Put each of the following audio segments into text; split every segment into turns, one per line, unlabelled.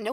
No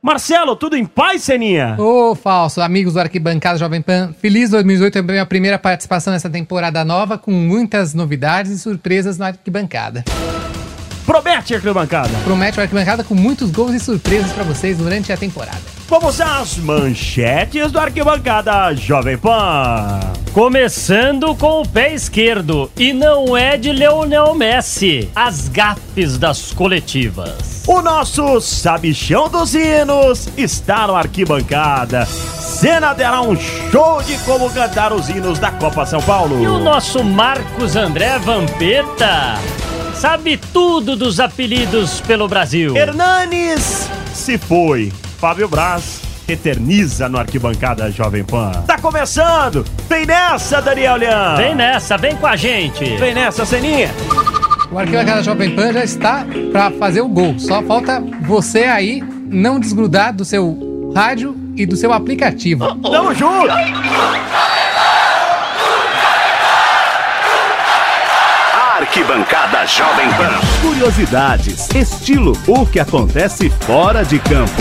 Marcelo, tudo em paz, Seninha?
Ô, falso, amigos do Arquibancada Jovem Pan, feliz 2018, é a minha primeira participação nessa temporada nova, com muitas novidades e surpresas na Arquibancada.
Promete, Arquibancada.
Promete uma Arquibancada com muitos gols e surpresas pra vocês durante a temporada.
Vamos às manchetes do Arquibancada Jovem Pan.
Começando com o pé esquerdo, e não é de Leonel Messi, as gafes das coletivas.
O nosso sabichão dos hinos está no Arquibancada. Cena terá um show de como cantar os hinos da Copa São Paulo.
E o nosso Marcos André Vampeta sabe tudo dos apelidos pelo Brasil.
Hernanes se foi. Fábio Braz eterniza no Arquibancada Jovem Pan. Tá começando! Vem nessa, Daniel Leão!
Vem nessa, vem com a gente.
Vem nessa, Ceninha!
O Arquibancada Jovem Pan já está pra fazer o gol, só falta você aí não desgrudar do seu rádio e do seu aplicativo.
Oh.
Tamo junto!
Arquibancada Jovem Pan. Curiosidades, estilo, o que acontece fora de campo.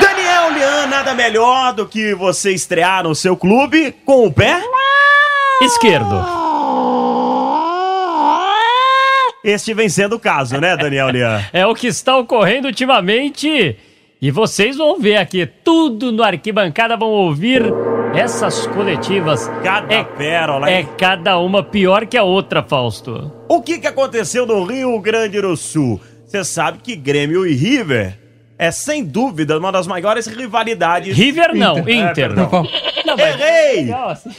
Daniel Leão, nada melhor do que você estrear no seu clube com o pé
Esquerdo.
Este vem sendo o caso, né, Daniel Leão?
É o que está ocorrendo ultimamente. E vocês vão ver aqui, tudo no arquibancada, vão ouvir essas coletivas.
Cada
é,
pérola,
é
hein?
cada uma pior que a outra, Fausto.
O que, que aconteceu no Rio Grande do Sul? Você sabe que Grêmio e River é, sem dúvida, uma das maiores rivalidades.
River não, Inter.
É, perdão.
Não, mas-
Errei!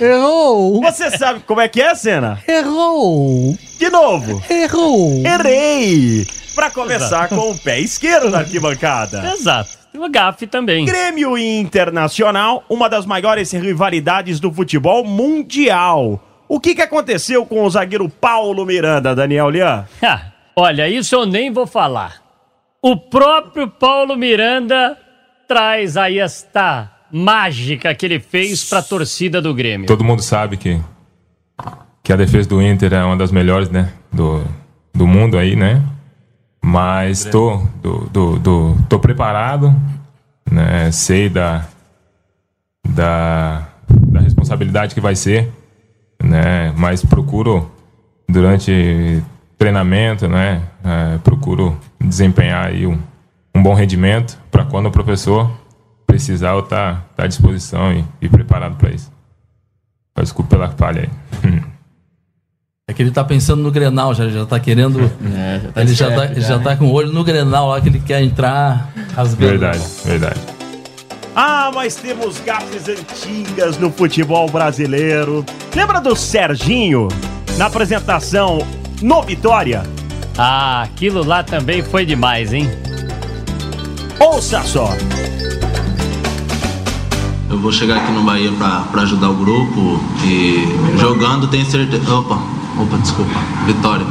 Errou!
Você sabe como é que é, Senna?
Errou!
De novo!
Errou!
Errei! Pra começar com o pé esquerdo na arquibancada.
Exato. Tem uma gafe também.
Grêmio e Internacional, uma das maiores rivalidades do futebol mundial. O que, que aconteceu com o zagueiro Paulo Miranda, Daniel Lian?
Ha, Ah, olha, isso eu nem vou falar. O próprio Paulo Miranda traz aí esta mágica que ele fez pra torcida do Grêmio.
Todo mundo sabe que, que a defesa do Inter é uma das melhores, né? Do, do mundo aí, né? Mas tô, do, do, do- tô preparado, né? Sei da, da, da responsabilidade que vai ser, né? Mas procuro, durante treinamento, né? eh, procuro desempenhar aí um, um bom rendimento para quando o professor precisar eu tá, tá à disposição e, e preparado para isso. Desculpa pela falha aí.
É que ele tá pensando no Grenal, já, já tá querendo. ele já tá, já tá com o olho no Grenal lá que ele quer entrar rasgando.
Verdade, verdade.
Ah, mas temos gafes antigas no futebol brasileiro. Lembra do Serginho na apresentação no Vitória?
Ah, aquilo lá também foi demais, hein?
Ouça só.
Eu vou chegar aqui no Bahia pra, pra ajudar o grupo e jogando tenho certeza. Opa, opa, desculpa. Vitória.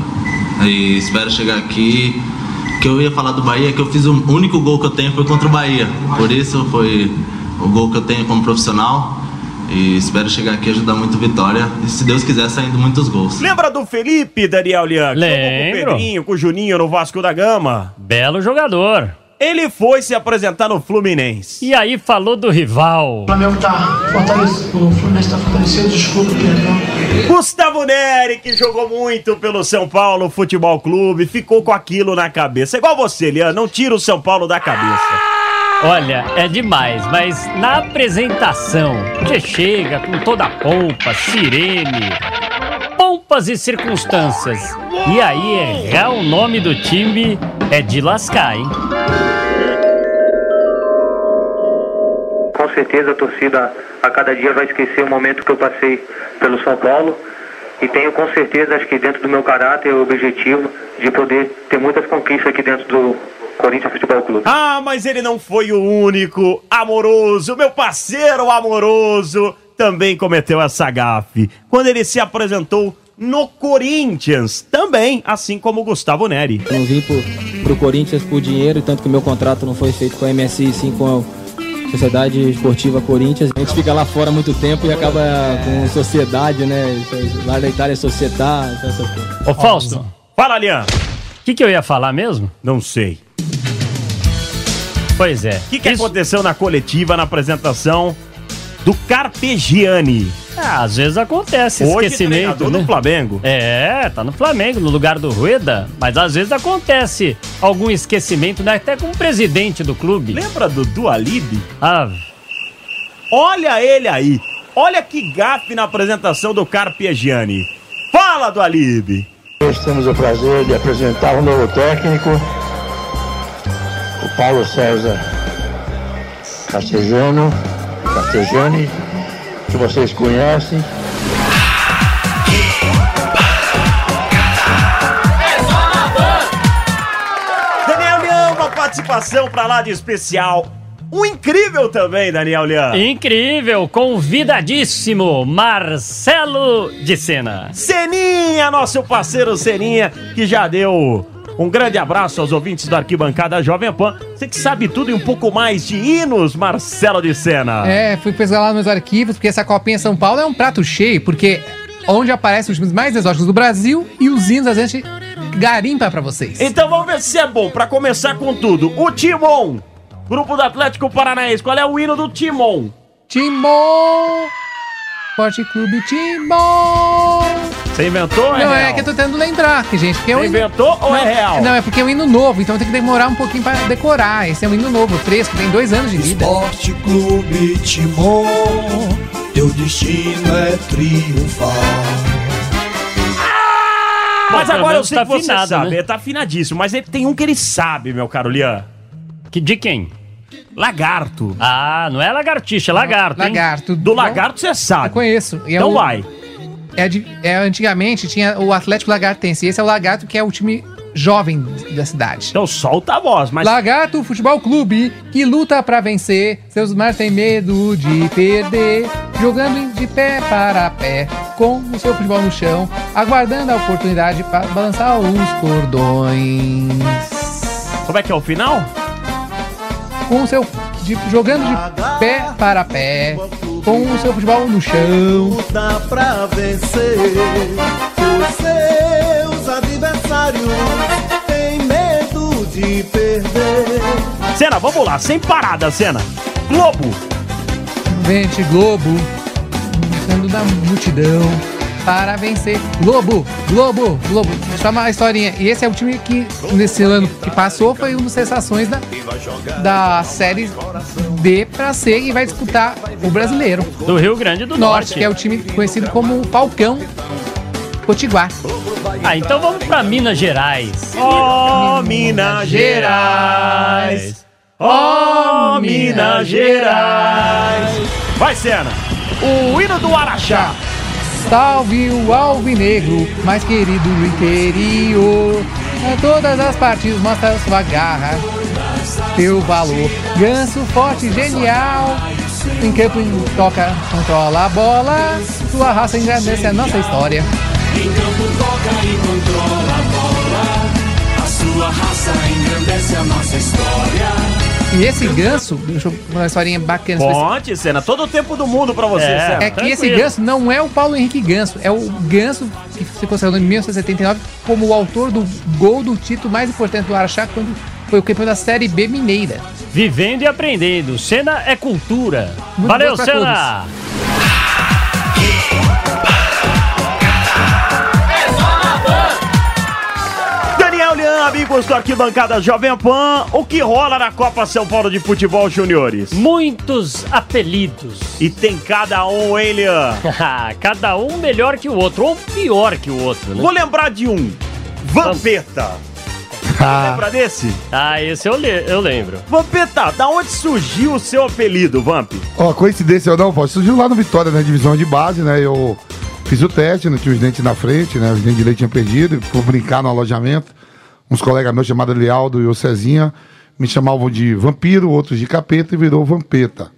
E espero chegar aqui. O que eu ia falar do Bahia é que eu fiz o único gol que eu tenho foi contra o Bahia. Por isso foi o gol que eu tenho como profissional. E espero chegar aqui e ajudar muito o Vitória. E se Deus quiser, saindo muitos gols.
Lembra do Felipe, Daniel Lian? que jogou
Lembro.
Com o Pedrinho, com o Juninho no Vasco da Gama.
Belo jogador.
Ele foi se apresentar no Fluminense.
E aí falou do rival.
Flamengo tá fortalecido, o Fluminense tá fortalecido, desculpa, perdão.
Gustavo Neri, que jogou muito pelo São Paulo Futebol Clube, ficou com aquilo na cabeça. Igual você, Lian, não tira o São Paulo da cabeça.
Olha, é demais, mas na apresentação, você chega com toda a pompa, sirene, pompas e circunstâncias. E aí errar o nome do time é de lascar, hein?
Com certeza a torcida a cada dia vai esquecer o momento que eu passei pelo São Paulo e tenho com certeza, acho que dentro do meu caráter, o objetivo de poder ter muitas conquistas aqui dentro do Corinthians Futebol Clube.
Ah, mas ele não foi o único amoroso, meu parceiro amoroso, também cometeu essa gafe. Quando ele se apresentou no Corinthians, também, assim como o Gustavo Neri.
Eu Não vim pro, pro Corinthians por dinheiro, tanto que meu contrato não foi feito com a MSI, e sim com a Sociedade Esportiva Corinthians. A gente fica lá fora muito tempo e acaba com sociedade, né? Isso- Lá na Itália é sociedade, essas coisas.
Ô Fausto, o
Fala, Lian.
que, que eu ia falar mesmo?
Não sei.
Pois é.
O que, que
isso-
aconteceu na coletiva, na apresentação do Carpegiani?
Ah, às vezes acontece
Hoje
esquecimento,
treinador
né?
do Flamengo.
É, tá no Flamengo, no lugar do Rueda, mas às vezes acontece algum esquecimento, né? Até com o presidente do clube.
Lembra do Dualib?
Ah,
Olha ele aí. Olha que gafe na apresentação do Carpegiani. Fala, Dualib.
Hoje temos o prazer de apresentar o novo técnico, o Paulo César Castejano, Castejani, que vocês conhecem.
Daniel Leão, uma participação pra lá de especial. Um incrível também, Daniel Leão.
Incrível, convidadíssimo, Marcelo de Sena.
Seninha, nosso parceiro Seninha, que já deu um grande abraço aos ouvintes da Arquibancada Jovem Pan. Você que sabe tudo e um pouco mais de hinos, Marcelo de Sena.
É, fui pesquisar lá nos meus arquivos, porque essa copinha São Paulo é um prato cheio, porque onde aparecem os times mais exóticos do Brasil e os hinos a gente garimpa pra vocês.
Então vamos ver se é bom. Pra começar com tudo, o Timon, grupo do Atlético Paranaense. Qual é o hino do Timon?
Timbó! Esporte Clube Timbó!
Você inventou? ou
Não,
real?
é que eu tô tentando lembrar, que, gente, porque é um
Você
hino...
inventou ou
não,
é real?
Não, é porque é um hino novo, então tem que demorar um pouquinho pra decorar. Esse é um hino novo, fresco, tem dois anos de vida.
Esporte Clube Timon, teu destino é triunfar.
Mas
Bom,
agora
pelo
eu
menos
sei
tá
que você
afinado,
sabe.
né?
Ele tá afinadíssimo, mas ele tem um que ele sabe, meu caro Lian.
Que de quem?
Lagarto.
Ah, não é lagartixa, é lagarto, hein?
Lagarto.
Do lagarto você
Eu
sabe.
conheço. E é
Então
o-
vai.
É, de- é, antigamente tinha o Atlético Lagartense. Esse é o Lagarto, que é o time jovem da cidade.
Então solta a voz, mas...
Lagarto Futebol Clube, que luta pra vencer, seus mares têm medo de perder, jogando de pé para pé, com o seu futebol no chão, aguardando a oportunidade para balançar os cordões.
Como é que é o final?
Com o seu de- jogando de pé para pé, com o seu futebol no chão.
Luta pra vencer os seus adversários. Tem medo de perder.
Cena, vamos lá, sem parada, Cena. Globo.
Vente Globo, lutando na multidão para vencer. Globo, Globo, Globo. Só uma historinha. E esse é o time que, nesse ano que passou, foi um dos sensações da, da série D pra C e vai disputar o brasileiro.
Do Rio Grande do
Norte,
Norte.
que é o time conhecido como Falcão Potiguar.
Ah, então vamos pra Minas Gerais.
Ó, Minas Gerais. Ó, Minas Gerais. Vai, Cena. O hino do Araxá.
Salve o alvinegro, mais querido do interior. A todas as partidas mostra sua garra, seu valor. Ganso forte, genial. Em campo toca, controla a bola. Sua raça engrandece a nossa história. Em campo toca e controla a bola. A sua raça engrandece a nossa história. E esse ganso, deixa eu contar uma historinha bacana.
Conte, Senna, todo o tempo do mundo pra você, Senna.
É que esse
Tranquilo.
Ganso não é o Paulo Henrique Ganso, é o Ganso que se consagrou em 1979 como o autor do gol do título mais importante do Araxá quando foi o campeão da Série B Mineira.
Vivendo e aprendendo. Cena é cultura.
Muito bom
Valeu,
pra
Cena!
Daniel Leão, amigos do Arquibancada Jovem Pan, o que rola na Copa São Paulo de Futebol Juniores?
Muitos apelidos.
E tem cada um, hein, Leão?
Cada um melhor que o outro, ou pior que o outro, né?
Vou lembrar de um. Vampeta. Lembra desse?
Ah, esse eu, le- eu lembro.
Vampeta, da onde surgiu o seu apelido, Vamp?
Ó, coincidência ou não, pô, surgiu lá no Vitória, na divisão de base, né? Eu fiz o teste, não tinha os dentes na frente, né? Os dentes de leite tinham perdido, e fui brincar no alojamento. Uns colegas meus chamados Lealdo e o Cezinha me chamavam de vampiro, outros de capeta e virou vampeta.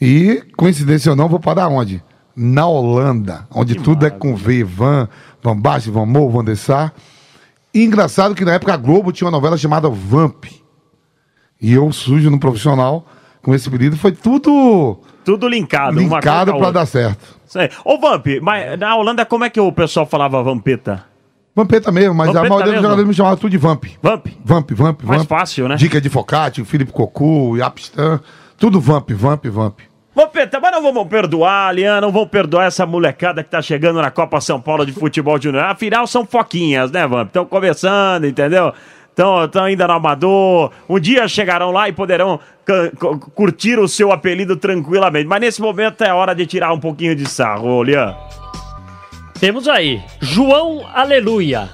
E, coincidência ou não, vou parar onde? Na Holanda, onde tudo é com V, Van, Van Basten, Van Moor, Van Dessar. E engraçado que na época a Globo tinha uma novela chamada Vamp. E eu sujo no profissional com esse pedido. Foi tudo
Tudo linkado. uma coisa
linkado
com a
pra
outra.
dar certo.
Isso aí. Ô, Vamp, mas na Holanda como é que o pessoal falava Vampeta?
Vampeta mesmo, mas
Vampeta
a maioria
mesmo?
dos jogadores me chamava tudo de Vamp.
Vamp?
Vamp, Vamp,
Mais
Vamp.
fácil, né?
Dica de Focati, Felipe Cocu, Yapstan. Tudo Vamp, Vamp, Vamp.
Vampeta, mas não vamos perdoar, Lian, não vamos perdoar essa molecada que tá chegando na Copa São Paulo de Futebol Júnior. Afinal, são foquinhas, né, Vamp? Estão começando, entendeu? Estão ainda no Amador. Um dia chegarão lá e poderão ca- cu- curtir o seu apelido tranquilamente. Mas nesse momento é hora de tirar um pouquinho de sarro, ô, Lian.
Temos aí, João Aleluia.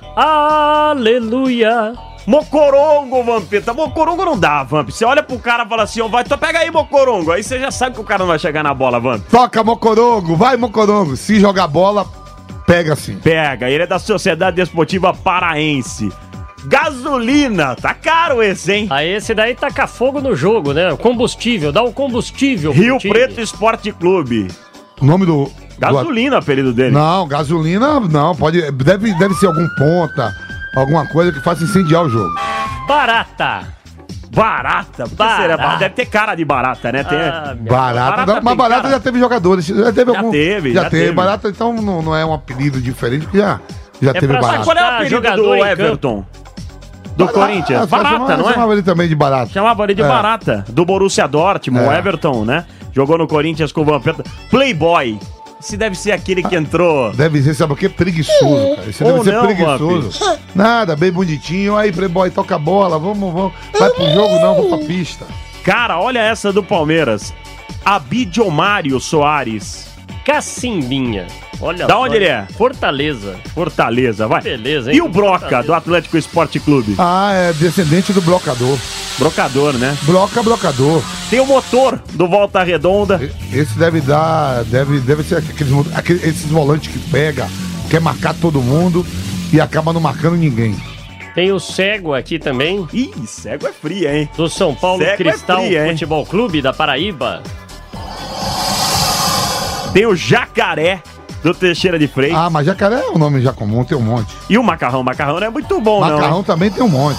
Aleluia.
Mocorongo, Vampeta. Mocorongo não dá, Vamp. Você olha pro cara e fala assim, ó, vai, então pega aí, Mocorongo. Aí você já sabe que o cara não vai chegar na bola, Vamp.
Toca, Mocorongo, vai, Mocorongo. Se jogar bola, pega sim.
Pega, ele é da Sociedade Desportiva Paraense. Gasolina, tá caro esse, hein?
Aí Ah, esse daí taca fogo no jogo, né? O combustível, dá o combustível. pro
Rio
time.
Preto Esporte Clube.
O nome do.
Gasolina, apelido dele.
Não, gasolina não. Pode, deve, deve ser algum ponta, alguma coisa que faça incendiar o jogo.
Barata.
Barata? Por que
Barata.
será barata? Deve ter cara de barata, né? Tem...
Ah,
Barata, não, mas
tem
barata
cara.
já teve jogadores. Já teve
Já
algum.
teve, já
teve.
teve.
Barata, então não, não é um apelido diferente, porque já, já teve barata.
Mas qual é o apelido
jogador
do
em campo.
Everton? Do Corinthians?
só é
Barata,
chamava,
não é?
chamava ele também de barata.
Chamava ele de
É.
barata. Do Borussia Dortmund, o Everton, né? Jogou no Corinthians com o Vampeta. Playboy. Esse deve ser aquele que entrou...
Deve ser, sabe o quê? Preguiçoso, cara. Isso deve
Ou
ser
não,
preguiçoso. Nada, bem bonitinho. Aí, Playboy, toca a bola, vamos, vamos. Vai pro jogo, não, vamos pra pista.
Cara, olha essa do Palmeiras. Abidiomário Soares.
Cacimbinha. Olha
Da
só.
onde ele é?
Fortaleza.
Fortaleza, vai.
Beleza, hein?
E o Broca,
Fortaleza.
do Atlético Esporte Clube.
Ah, é descendente do blocador.
Brocador, né?
Bloca, blocador.
Tem o motor do Volta Redonda.
Esse deve dar. Deve, deve ser aqueles, mo- aquele- esses volantes que pega, quer marcar todo mundo e acaba não marcando ninguém.
Tem o Cego aqui também.
Ih, Cego é fria, hein?
Do São Paulo
Cego é
Cristal
fria, hein?
Futebol Clube da Paraíba.
Tem o Jacaré, do Teixeira de Freitas.
Ah, mas jacaré é um nome já comum, tem um monte.
E o Macarrão. Macarrão não é muito bom,
macarrão
não. hein?
também tem um monte.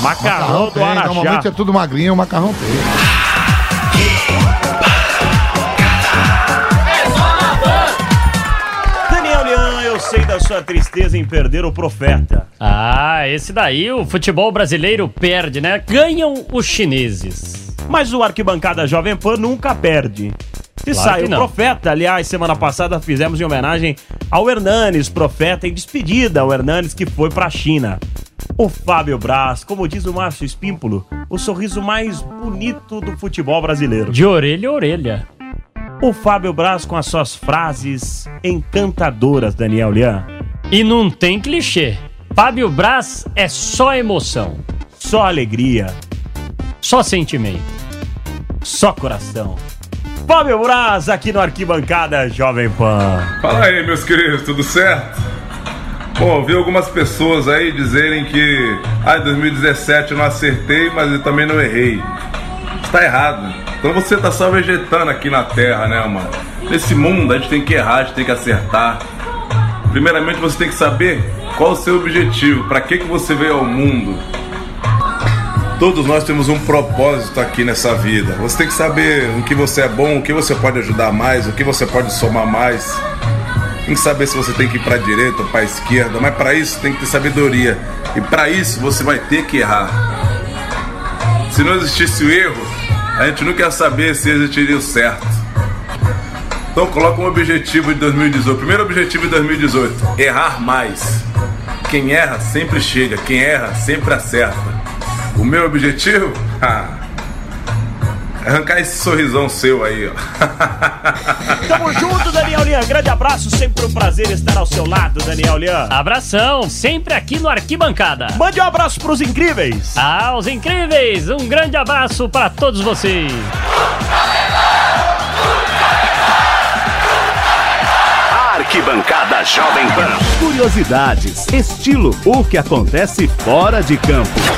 Macarrão, do
tem, normalmente é
Araxá.
tudo magrinho, o macarrão tem. é-
Daniel Leão, eu sei da sua tristeza em perder o profeta.
Ah, esse daí o futebol brasileiro perde, né? Ganham os chineses.
Mas o Arquibancada Jovem Pan nunca perde. E
Claro
sai
que
o
não.
Profeta, aliás, semana passada fizemos em homenagem ao Hernanes, Profeta, em despedida ao Hernanes que foi pra China. O Fábio Braz, como diz o Márcio Espímpolo, o sorriso mais bonito do futebol brasileiro.
De orelha a orelha.
O Fábio Braz com as suas frases encantadoras, Daniel Lian.
E não tem clichê. Fábio Braz é só emoção,
Só alegria,
só sentimento.
só coração. Fábio Braz aqui no Arquibancada Jovem Pan.
Fala aí, meus queridos, tudo certo? Pô, ouvi algumas pessoas aí dizerem que ah, em 2017 eu não acertei, mas eu também não errei. Está errado. Então você tá só vegetando aqui na Terra, né, mano? Nesse mundo a gente tem que errar, a gente tem que acertar. Primeiramente você tem que saber qual o seu objetivo, para que, que você veio ao mundo.
Todos nós temos um propósito aqui nessa vida. Você tem que saber o que você é bom, o que você pode ajudar mais, o que você pode somar mais. Tem que saber se você tem que ir para direita ou para esquerda, mas para isso tem que ter sabedoria. E para isso você vai ter que errar. Se não existisse o erro, a gente nunca ia saber se existiria o certo. Então coloca um objetivo de 2018. Primeiro objetivo de 2018: errar mais. Quem erra sempre chega, quem erra sempre acerta. O meu objetivo? Ah, arrancar esse sorrisão seu aí, ó.
Tamo junto, Daniel Lian. Grande abraço, sempre um prazer estar ao seu lado, Daniel Lian.
Abração, sempre aqui no Arquibancada.
Mande um abraço pros incríveis.
Ah, os incríveis, um grande abraço para todos vocês.
Arquibancada Jovem Pan. Curiosidades, estilo, o que acontece fora de campo.